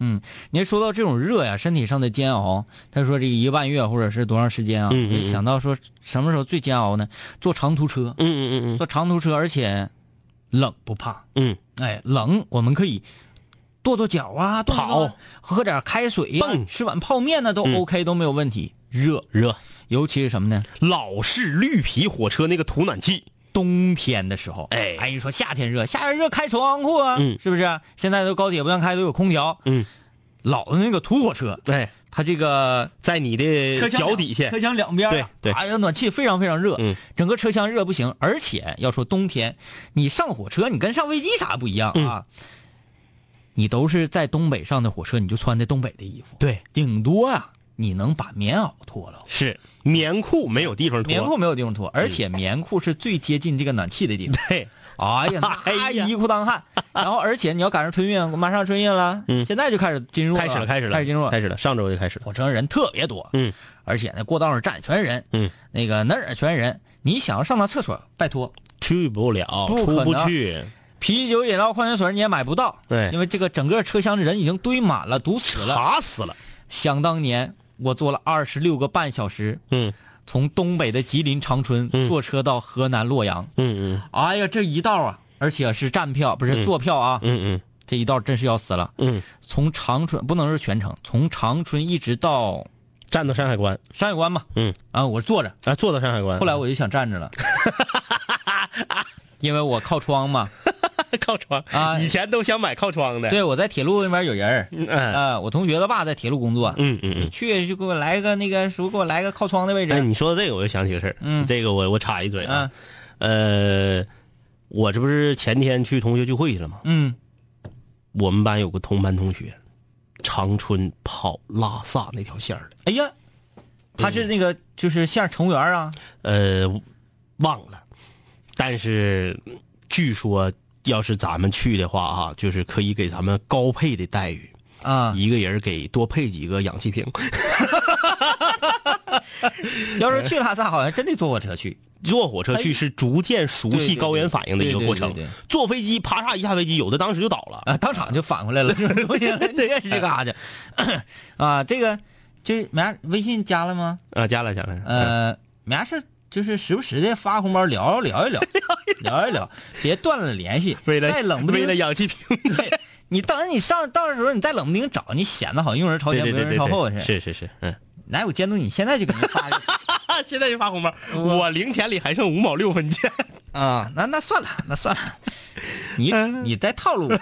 您说到这种热呀，身体上的煎熬，他说这一个半月或者是多长时间啊？嗯嗯嗯我就想到说什么时候最煎熬呢？坐长途车，嗯嗯嗯坐长途车，而且冷不怕，嗯哎，冷我们可以跺跺脚啊，动一动啊跑，喝点开水呀、蹦吃碗泡面呢、都嗯 OK，、都没有问题。热，嗯，热。尤其是什么呢？老式绿皮火车那个土暖气，冬天的时候，哎哎，你说夏天热，夏天热开窗户啊，嗯是不是？现在都高铁不让开，都有空调。嗯，老的那个土火车，哎，它这个在你的车厢脚两底下车，厢两边啊对对哎呀，暖气非常非常热，嗯整个车厢热不行。而且要说冬天，你上火车，你跟上飞机啥不一样嗯啊？你都是在东北上的火车，你就穿的东北的衣服，对，顶多啊，你能把棉袄脱了。是棉裤没有地方脱，棉裤没有地方脱，而且棉裤是最接近这个暖气的地方。对，哎 [laughs] 呀，嗯哎那呀一裤当汗。然后，而且你要赶上春运，我马上春运了，嗯现在就开始进入开始了，开始了，开始进入开始了，上周就开始了。火车上人特别多，嗯，而且那过道上站全是人，嗯，那个哪儿哪儿全是人。你想要上趟厕所，拜托，去不了，不出可不能去，啤酒、饮料、矿泉水你也买不到，对因为这个整个车厢的人已经堆满了，堵死了。卡死了。想当年，我坐了二十六个半小时，嗯从东北的吉林长春嗯坐车到河南洛阳，嗯哎呀，这一道啊，而且是站票，不是坐票啊，嗯嗯这一道真是要死了。嗯嗯，从长春不能是全程，从长春一直到站到山海关山海关吧。嗯，啊，我坐着，啊，坐到山海关。后来我就想站着了，因为我靠窗嘛。 [laughs] 靠窗啊以前都想买靠窗的。对，我在铁路那边有人儿，嗯哎啊，我同学他爸在铁路工作，嗯嗯嗯。去就给我来个那个叔给我来个靠窗的位置。哎，你说到这个，我就想起个事儿。嗯这个我我插一嘴啊，呃，我这不是前天去同学聚会去了吗？嗯，我们班有个同班同学，长春跑拉萨那条线儿的，哎呀，他是那个就是像乘务员啊，呃，忘了，但是嗯据说要是咱们去的话啊，就是可以给咱们高配的待遇，啊，一个人给多配几个氧气瓶。要是去拉萨，好像真得坐火车去。坐火车去是逐渐熟对对悉对高原反应的一个过程对对对对，坐飞机啪嚓一下飞机，有的当时就倒了。啊，当场就反过来了，是不是？不行，你这是干啥去？啊，这个就是没啥，微信加了吗？啊，加了加了。嗯，呃，没啥事儿，就是时不时的发红包聊聊一 [laughs] 聊，聊一聊，别断了联系。为了再冷不为丁了，氧气瓶， [laughs] 对你等你上到时候你再冷不丁找，你显得好像用人朝对前，对不对用人对朝后对，似的。是是是，嗯。哪有监督你？现在就给你发一个啊， [laughs] 现在就发红包，我零钱里还剩五毛六分钱。啊？那那算了，那算了， [laughs] 嗯你你在套路我。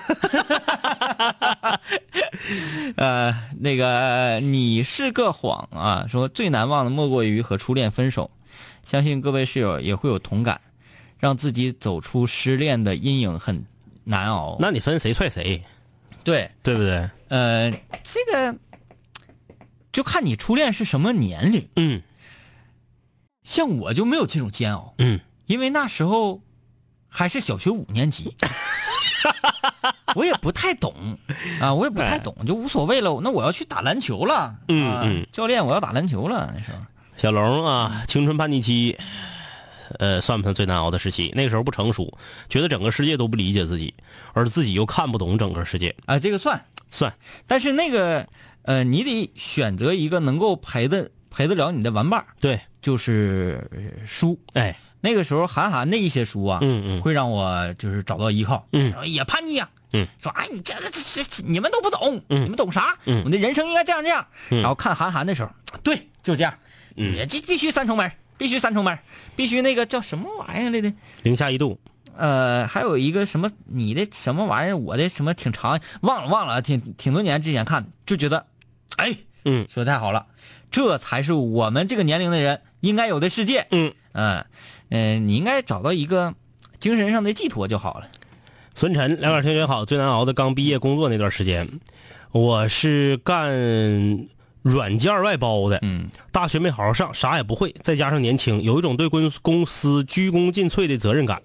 [laughs] 呃，那个你是个谎啊！说最难忘的莫过于和初恋分手，相信各位室友也会有同感，让自己走出失恋的阴影很难熬。 [laughs] 那你分谁踹谁，对，对不对？呃，这个就看你初恋是什么年龄。嗯像我就没有这种煎熬，嗯，因为那时候还是小学五年级，我也不太懂啊，我也不太懂，就无所谓了。那我要去打篮球了，嗯啊嗯教练，我要打篮球了，那时候。小龙啊，青春叛逆期，呃，算不算最难熬的时期？那个时候不成熟，觉得整个世界都不理解自己，而自己又看不懂整个世界，啊，这个算，算但是那个呃，你得选择一个能够陪得陪得了你的玩伴儿，对。就是呃书。哎，那个时候韩寒的一些书啊，嗯嗯会让我就是找到依靠，嗯，也叛逆呀、嗯，说哎你这个这这这你们都不懂，嗯你们懂啥？嗯我的人生应该这样这样。嗯然后看韩寒的时候，对，就这样，嗯也这必须三重门，必须三重门，必须那个叫什么玩意儿来的？零下一度，呃，还有一个什么你的什么玩意儿，我的什么挺长，忘了忘了，挺挺多年之前看的，就觉得，哎，嗯说得太好了，这才是我们这个年龄的人应该有的世界。嗯嗯、呃你应该找到一个精神上的寄托就好了。孙晨，两杆清学好，最难熬的刚毕业工作那段时间，我是干软件外包的，嗯，大学没好好上，啥也不会，再加上年轻，有一种对公公司鞠躬尽瘁的责任感，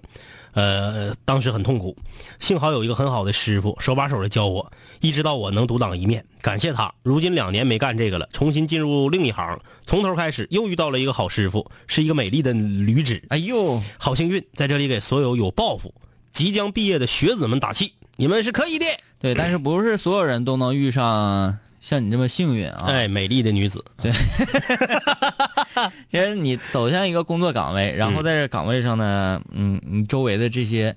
呃，当时很痛苦。幸好有一个很好的师傅，手把手的教我，一直到我能独当一面，感谢他。如今两年没干这个了，重新进入另一行，从头开始，又遇到了一个好师傅，是一个美丽的女子，哎呦，好幸运，在这里给所有有抱负、即将毕业的学子们打气，你们是可以的。对，但是不是所有人都能遇上像你这么幸运啊？哎，美丽的女子，其实你走向一个工作岗位，然嗯后在这岗位上呢，嗯，你周围的这些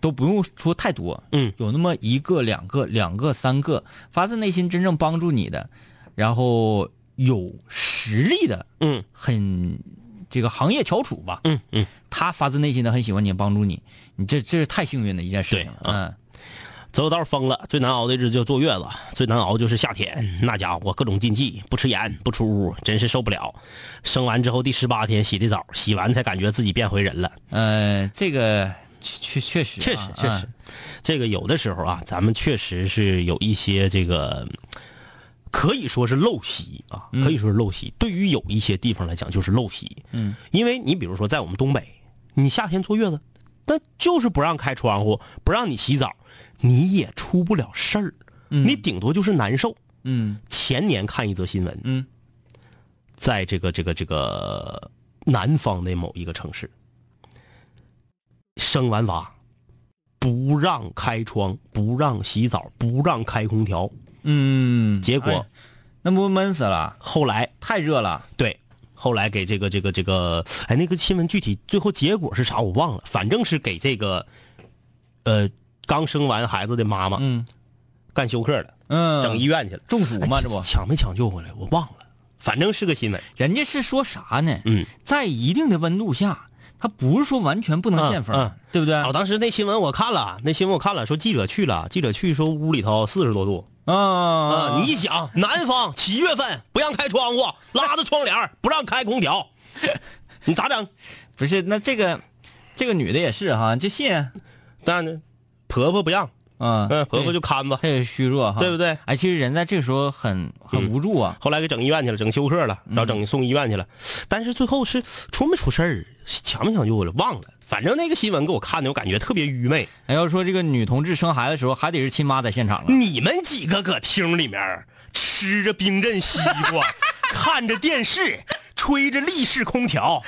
都不用说太多，嗯，有那么一个、两个、两个、三个发自内心真正帮助你的，然后有实力的，嗯很这个行业翘楚吧，嗯嗯。他发自内心的很喜欢你，帮助你，你这这是太幸运的一件事情了，对嗯，走道疯了，最难熬的日子就坐月子，最难熬就是夏天，那家伙各种禁忌，不吃盐，不出屋，真是受不了。生完之后第十八天洗的澡，洗完才感觉自己变回人了。呃，这个确确确实啊确实，确实嗯，这个有的时候啊，咱们确实是有一些这个可以说是陋习啊，嗯可以说是陋习。对于有一些地方来讲，就是陋习。嗯，因为你比如说在我们东北，你夏天坐月子，那就是不让开窗户，不让你洗澡，你也出不了事儿，你顶多就是难受。嗯前年看一则新闻，嗯，在这个这个这个南方的某一个城市，生完娃不让开窗，不让洗澡，不让开空调，嗯，结果哎那不闷死了，后来太热了。对，后来给这个这个这个，哎，那个新闻具体最后结果是啥我忘了，反正是给这个，呃，刚生完孩子的妈妈嗯干休克了，嗯，整医院去了，中暑哎嘛，这不，抢没抢救回来我忘了，反正是个新闻。人家是说啥呢？嗯，在一定的温度下，它不是说完全不能见风，嗯嗯对不对？哦，当时那新闻我看了，那新闻我看了，说记者去了，记者去说屋里头四十多度啊，嗯你想南方七月份不让开窗户，拉着窗帘儿不让开空调，你咋整？不是那这个这个女的也是哈，就信，但是婆婆不让，嗯嗯，婆婆就看吧，她也虚弱哈，对不嗯对？哎，其实人在这个时候很很无助啊，后来给整医院去了，整休克了，然后整送医院去了。但是最后是出没出事儿，抢没抢救了忘了。反正那个新闻给我看的，我感觉特别愚昧。哎，要说这个女同志生孩子的时候，还得是亲妈在现场了，你们几个搁厅里面儿吃着冰镇西瓜，看着电视，吹着立式空调，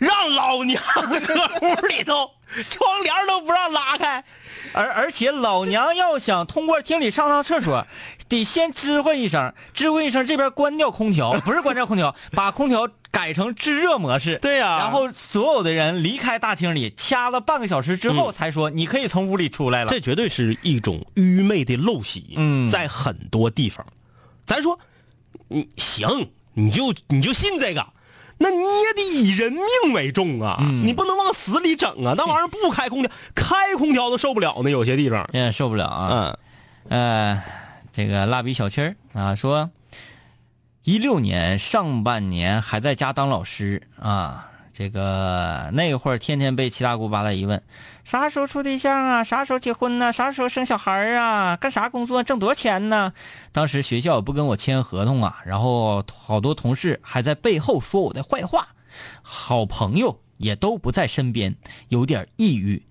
让老娘搁屋里头，窗帘都不让拉开。而而且老娘要想通过厅里上趟厕所，得先知会一声，知会一声，这边关掉空调，不是关掉空调，把空调改成制热模式。对呀然后所有的人离开大厅里，掐了半个小时之后才说、你可以从屋里出来了。这绝对是一种愚昧的陋习。嗯在很多地方，咱说，你行，你就你就信这个。那你也得以人命为重啊！你不能往死里整啊！那玩意儿不开空调，开空调都受不了呢。有些地方，现在受不了啊！嗯，呃，这个蜡笔小七儿啊说，一六年上半年还在家当老师啊，这个那会儿天天被七大姑八大姨问，啥时候处对象啊？啥时候结婚呢、啥时候生小孩儿啊？干啥工作？挣多少钱呢？当时学校不跟我签合同啊，然后好多同事还在背后说我的坏话，好朋友也都不在身边，有点抑郁。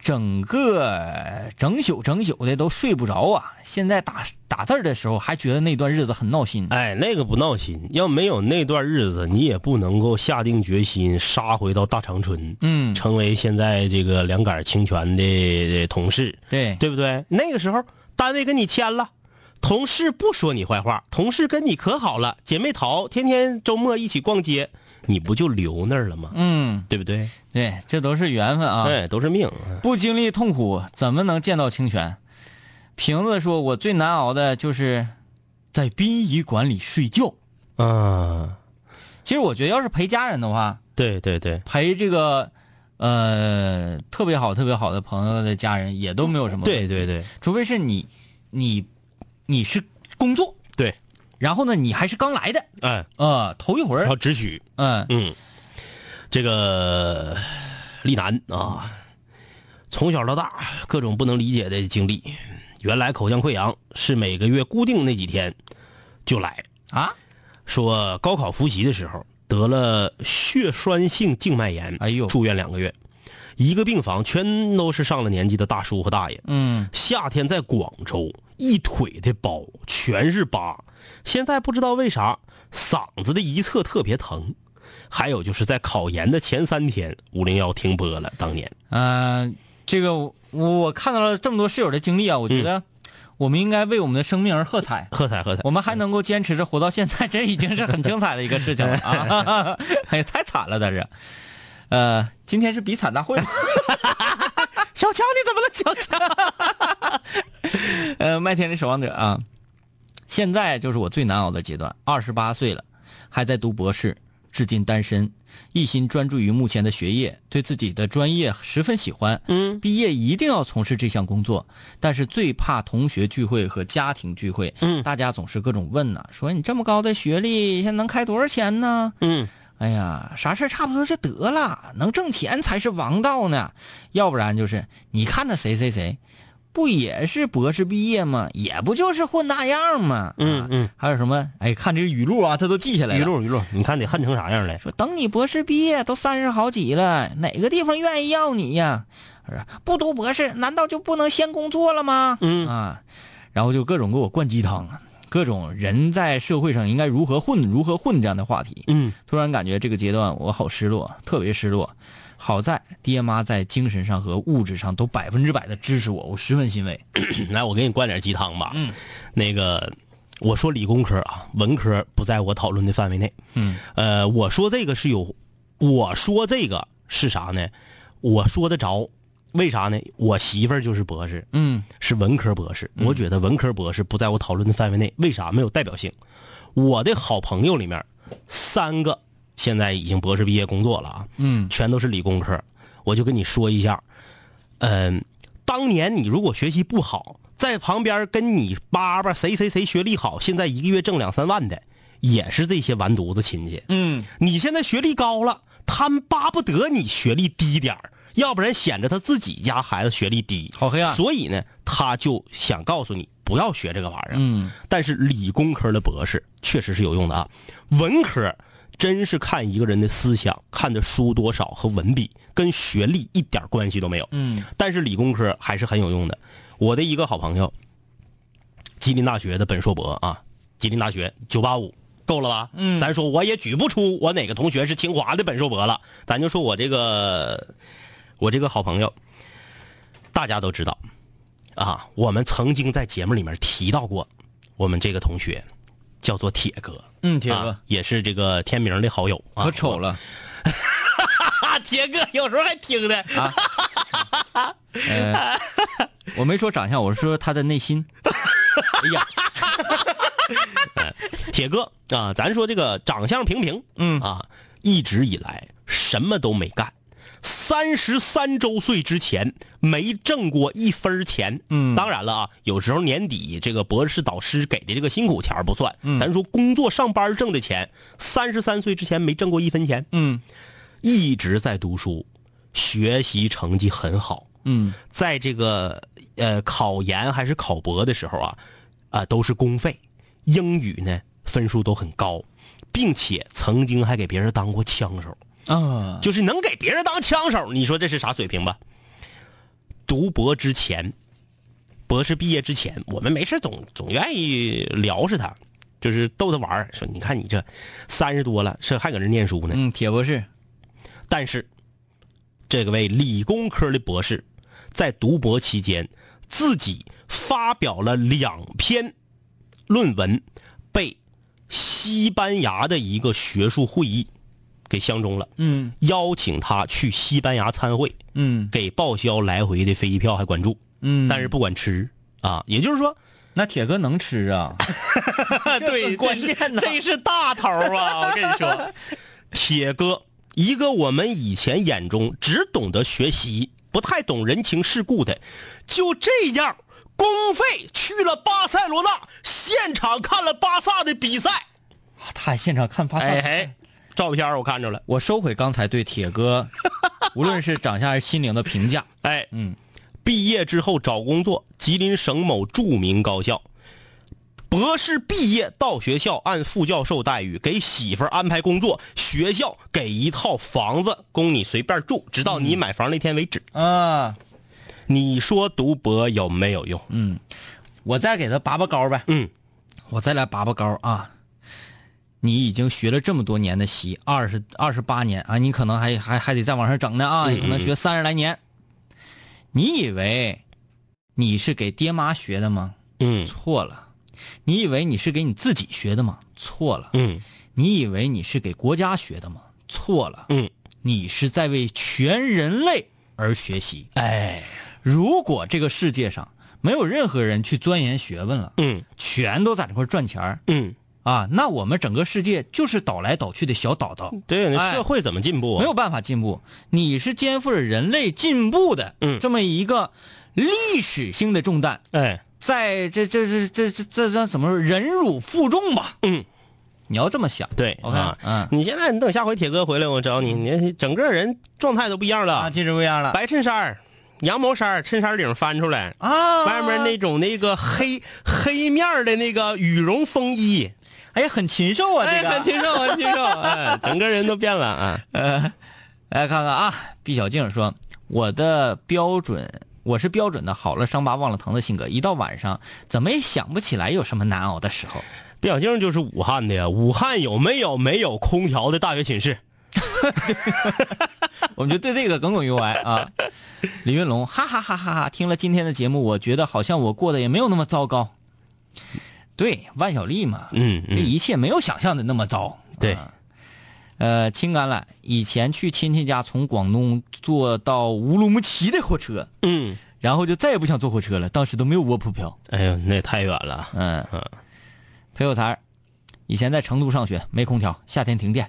整个整宿整宿的都睡不着啊！现在打打字儿的时候还觉得那段日子很闹心。哎，那个不闹心，要没有那段日子，你也不能够下定决心杀回到大长春，嗯，成为现在这个两杆清泉的同事，对，对不对？那个时候单位跟你签了，同事不说你坏话，同事跟你可好了，姐妹淘，天天周末一起逛街，你不就留那儿了吗？嗯，对不对？对，这都是缘分啊。哎，都是命。不经历痛苦，怎么能见到清泉？瓶子说：“我最难熬的就是在殡仪馆里睡觉。啊，其实我觉得，要是陪家人的话，对对对。陪这个呃特别好、特别好的朋友的家人也都没有什么问题对对对除非是你你你是工作，对，然后呢，你还是刚来的，哎，呃，头一回然儿后，只许嗯、嗯，这个丽楠啊，从小到大各种不能理解的经历。原来口腔溃疡是每个月固定那几天就来，啊，说高考复习的时候得了血栓性静脉炎，哎呦住院两个月，一个病房全都是上了年纪的大叔和大爷。嗯，夏天在广州，一腿的包全是疤。现在不知道为啥嗓子的一侧特别疼，还有就是在考研的前三天，五零幺停播了。当年，呃，这个我我看到了这么多室友的经历啊，我觉得我们应该为我们的生命而喝彩。喝彩喝彩！我们还能够坚持着活到现在，这已经是很精彩的一个事情了啊！ [laughs] 哎，太惨了，但是，呃，今天是比惨大会。小强，你怎么了，小强？ [laughs] 呃，麦田的守望者啊，现在就是我最难熬的阶段。二十八岁了，还在读博士，至今单身，一心专注于目前的学业，对自己的专业十分喜欢。嗯，毕业一定要从事这项工作，但是最怕同学聚会和家庭聚会。嗯，大家总是各种问呐、说你这么高的学历，现在能开多少钱呢？嗯，哎呀，啥事儿差不多就得了，能挣钱才是王道呢。要不然就是你看那谁谁谁，不也是博士毕业吗？也不就是混那样吗？嗯啊嗯，还有什么？哎，看这个语录啊，他都记下来了。语录语录，你看得恨成啥样了？说等你博士毕业都三十好几了，哪个地方愿意要你呀？我说不读博士难道就不能先工作了吗？嗯啊，然后就各种给我灌鸡汤啊，各种人在社会上应该如何混如何混这样的话题。嗯突然感觉这个阶段我好失落，特别失落。好在爹妈在精神上和物质上都百分之百的支持我，我十分欣慰。来，我给你灌点鸡汤吧。嗯，那个，我说理工科啊，文科不在我讨论的范围内。嗯，呃，我说这个是有，我说这个是啥呢？我说得着，为啥呢？我媳妇儿就是博士，嗯是文科博士。我觉得文科博士不在我讨论的范围内，为啥没有代表性？我的好朋友里面，三个现在已经博士毕业工作了啊。嗯全都是理工科。我就跟你说一下，嗯、当年你如果学习不好，在旁边跟你叭叭谁谁谁学历好，现在一个月挣两三万的，也是这些完犊子亲戚。嗯，你现在学历高了，他们巴不得你学历低点儿，要不然显着他自己家孩子学历低。好黑暗所以呢，他就想告诉你不要学这个玩意儿。嗯，但是理工科的博士确实是有用的啊，文科真是看一个人的思想、看的书多少和文笔，跟学历一点关系都没有。嗯，但是理工科还是很有用的。我的一个好朋友，吉林大学的本硕博啊，吉林大学九八五。够了吧？嗯，咱说我也举不出我哪个同学是清华的本硕博了，咱就说我这个我这个好朋友，大家都知道啊，我们曾经在节目里面提到过，我们这个同学叫做铁哥，嗯铁哥啊也是这个天明的好友啊，可丑了啊，铁哥有时候还听的，啊！呃，我没说长相，我是说他的内心。哎呀，铁哥啊，咱说这个长相平平，嗯啊，一直以来什么都没干，三十三周岁之前没挣过一分钱，嗯，当然了啊，有时候年底这个博士导师给的这个辛苦钱儿不算，咱说工作上班挣的钱，三十三岁之前没挣过一分钱，嗯一直在读书，学习成绩很好，嗯在这个呃考研还是考博的时候啊，啊、都是公费，英语呢分数都很高，并且曾经还给别人当过枪手，啊，就是能给别人当枪手，你说这是啥水平吧？读博之前，博士毕业之前，我们没事总总愿意聊是他，就是逗他玩儿说你看你这三十多了，是还搁这念书呢，嗯，铁博士，但是，这个位理工科的博士在读博期间，自己发表了两篇论文，被西班牙的一个学术会议给相中了，嗯邀请他去西班牙参会，嗯给报销来回的飞机票还管住，嗯，但是不管吃啊，也就是说，那铁哥能吃啊？ [laughs] 对，关键呢这是这是大头啊！我跟 [laughs] 你说，铁哥，一个我们以前眼中只懂得学习、不太懂人情世故的，就这样公费去了巴塞罗那，现场看了巴萨的比赛。他还现场看巴萨，哎哎，照片我看着了。我收回刚才对铁 [laughs] 哥，无论是长相还是心灵的评价。哎，嗯，毕业之后找工作，吉林省某著名高校。博士毕业到学校按副教授待遇，给媳妇儿安排工作，学校给一套房子供你随便住，直到你买房那天为止。啊，你说读博有没有用？嗯我再给他拔拔高呗。嗯，我再来拔拔高啊！你已经学了这么多年的习，二十二十八年啊，你可能还还还得再往上整呢嗯啊，你可能学三十来年。你以为你是给爹妈学的吗？嗯错了。你以为你是给你自己学的吗？错了。嗯你以为你是给国家学的吗？错了。嗯，你是在为全人类而学习。哎，如果这个世界上没有任何人去钻研学问了，嗯全都在这块儿赚钱儿嗯，啊，那我们整个世界就是倒来倒去的小岛岛，对，那哎社会怎么进步啊？没有办法进步。你是肩负着人类进步的嗯这么一个历史性的重担，哎，在这这这这这这这怎么说？忍辱负重吧。嗯，你要这么想。对，OK，啊嗯，你现在啊你等下回铁哥回来，我找你，你整个人状态都不一样了。啊，其实不一样了。白衬衫儿羊毛衫儿衬衫领翻出来，啊，外面那种那个黑黑面儿的那个羽绒风衣，哎呀，很禽兽啊，这哎，个很禽兽，很禽 [laughs] 兽，哎，整个人都变了啊。来看看啊，毕小静说：“我的标准，我是标准的好了伤疤忘了疼的性格，一到晚上怎么也想不起来有什么难熬的时候。毕小静就是武汉的呀，武汉有没有没有空调的大学寝室？”我们就对这个耿耿于怀啊。李云龙，哈哈哈哈哈！听了今天的节目，我觉得好像我过得也没有那么糟糕。对，万晓利嘛，嗯这嗯，一切没有想象的那么糟。对啊呃，青橄榄以前去亲戚家，从广东坐到乌鲁木齐的火车，嗯，然后就再也不想坐火车了，当时都没有卧铺票。哎呦，那也太远了。嗯嗯，裴有才儿以前在成都上学，没空调，夏天停电，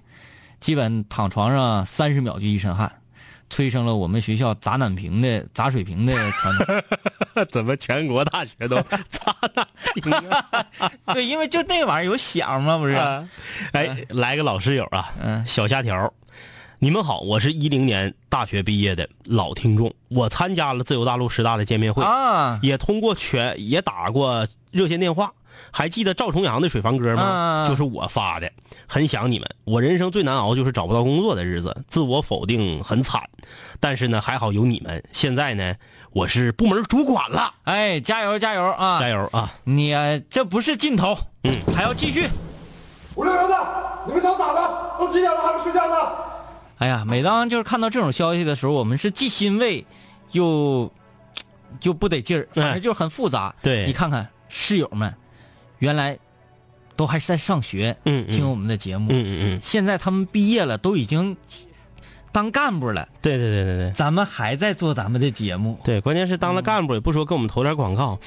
基本躺床上三十秒就一身汗，催生了我们学校砸南平的砸水瓶的传统。 [laughs] [laughs] 怎么全国大学 [laughs] 都咋的？对，因为就那玩意儿有响嘛，不是？哎，来个老室友啊，嗯小虾条，你们好，我是一零年大学毕业的老听众，我参加了自由大陆十大的见面会，啊，也通过全也打过热线电话。还记得赵重阳的水房歌吗？啊就是我发的，很想你们。我人生最难熬就是找不到工作的日子，自我否定很惨，但是呢，还好有你们。现在呢，我是部门主管了，哎，加油加油啊！加油啊！你、呃这不是尽头，嗯，还要继续。五六零的，你们想咋的？都几点了还不睡觉呢？哎呀，每当就是看到这种消息的时候，我们是既欣慰，又又不得劲儿，反正就是很复杂。哎对你看看室友们，原来都还是在上学，嗯嗯听我们的节目，嗯嗯嗯，现在他们毕业了，都已经当干部了，对对对对对。咱们还在做咱们的节目。对，关键是当了干部也不说给我们投点广告。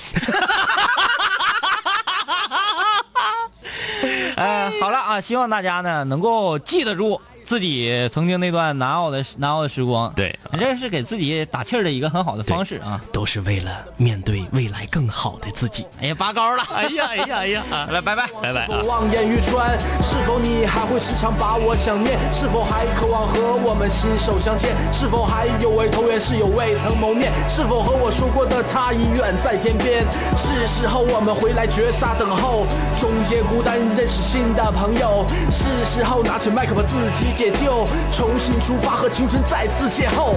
呃，好了啊，希望大家呢能够记得住自己曾经那段难熬的难熬的时光。对这是给自己打气儿的一个很好的方式啊。都是为了面对未来更好的自己。哎呀，拔高了！哎呀，哎呀，哎呀！好了，拜拜。拜拜啊！望眼欲穿？是否你还会时常把我想念？是否还渴望和我们心手相见？是否还有位投缘室友未曾谋面？是否和我说过的他已远在天边？是时候我们回来绝杀等候，终结孤单，认识新的朋友。是时候拿起麦克把自己解救，重新出发和青春再次邂逅。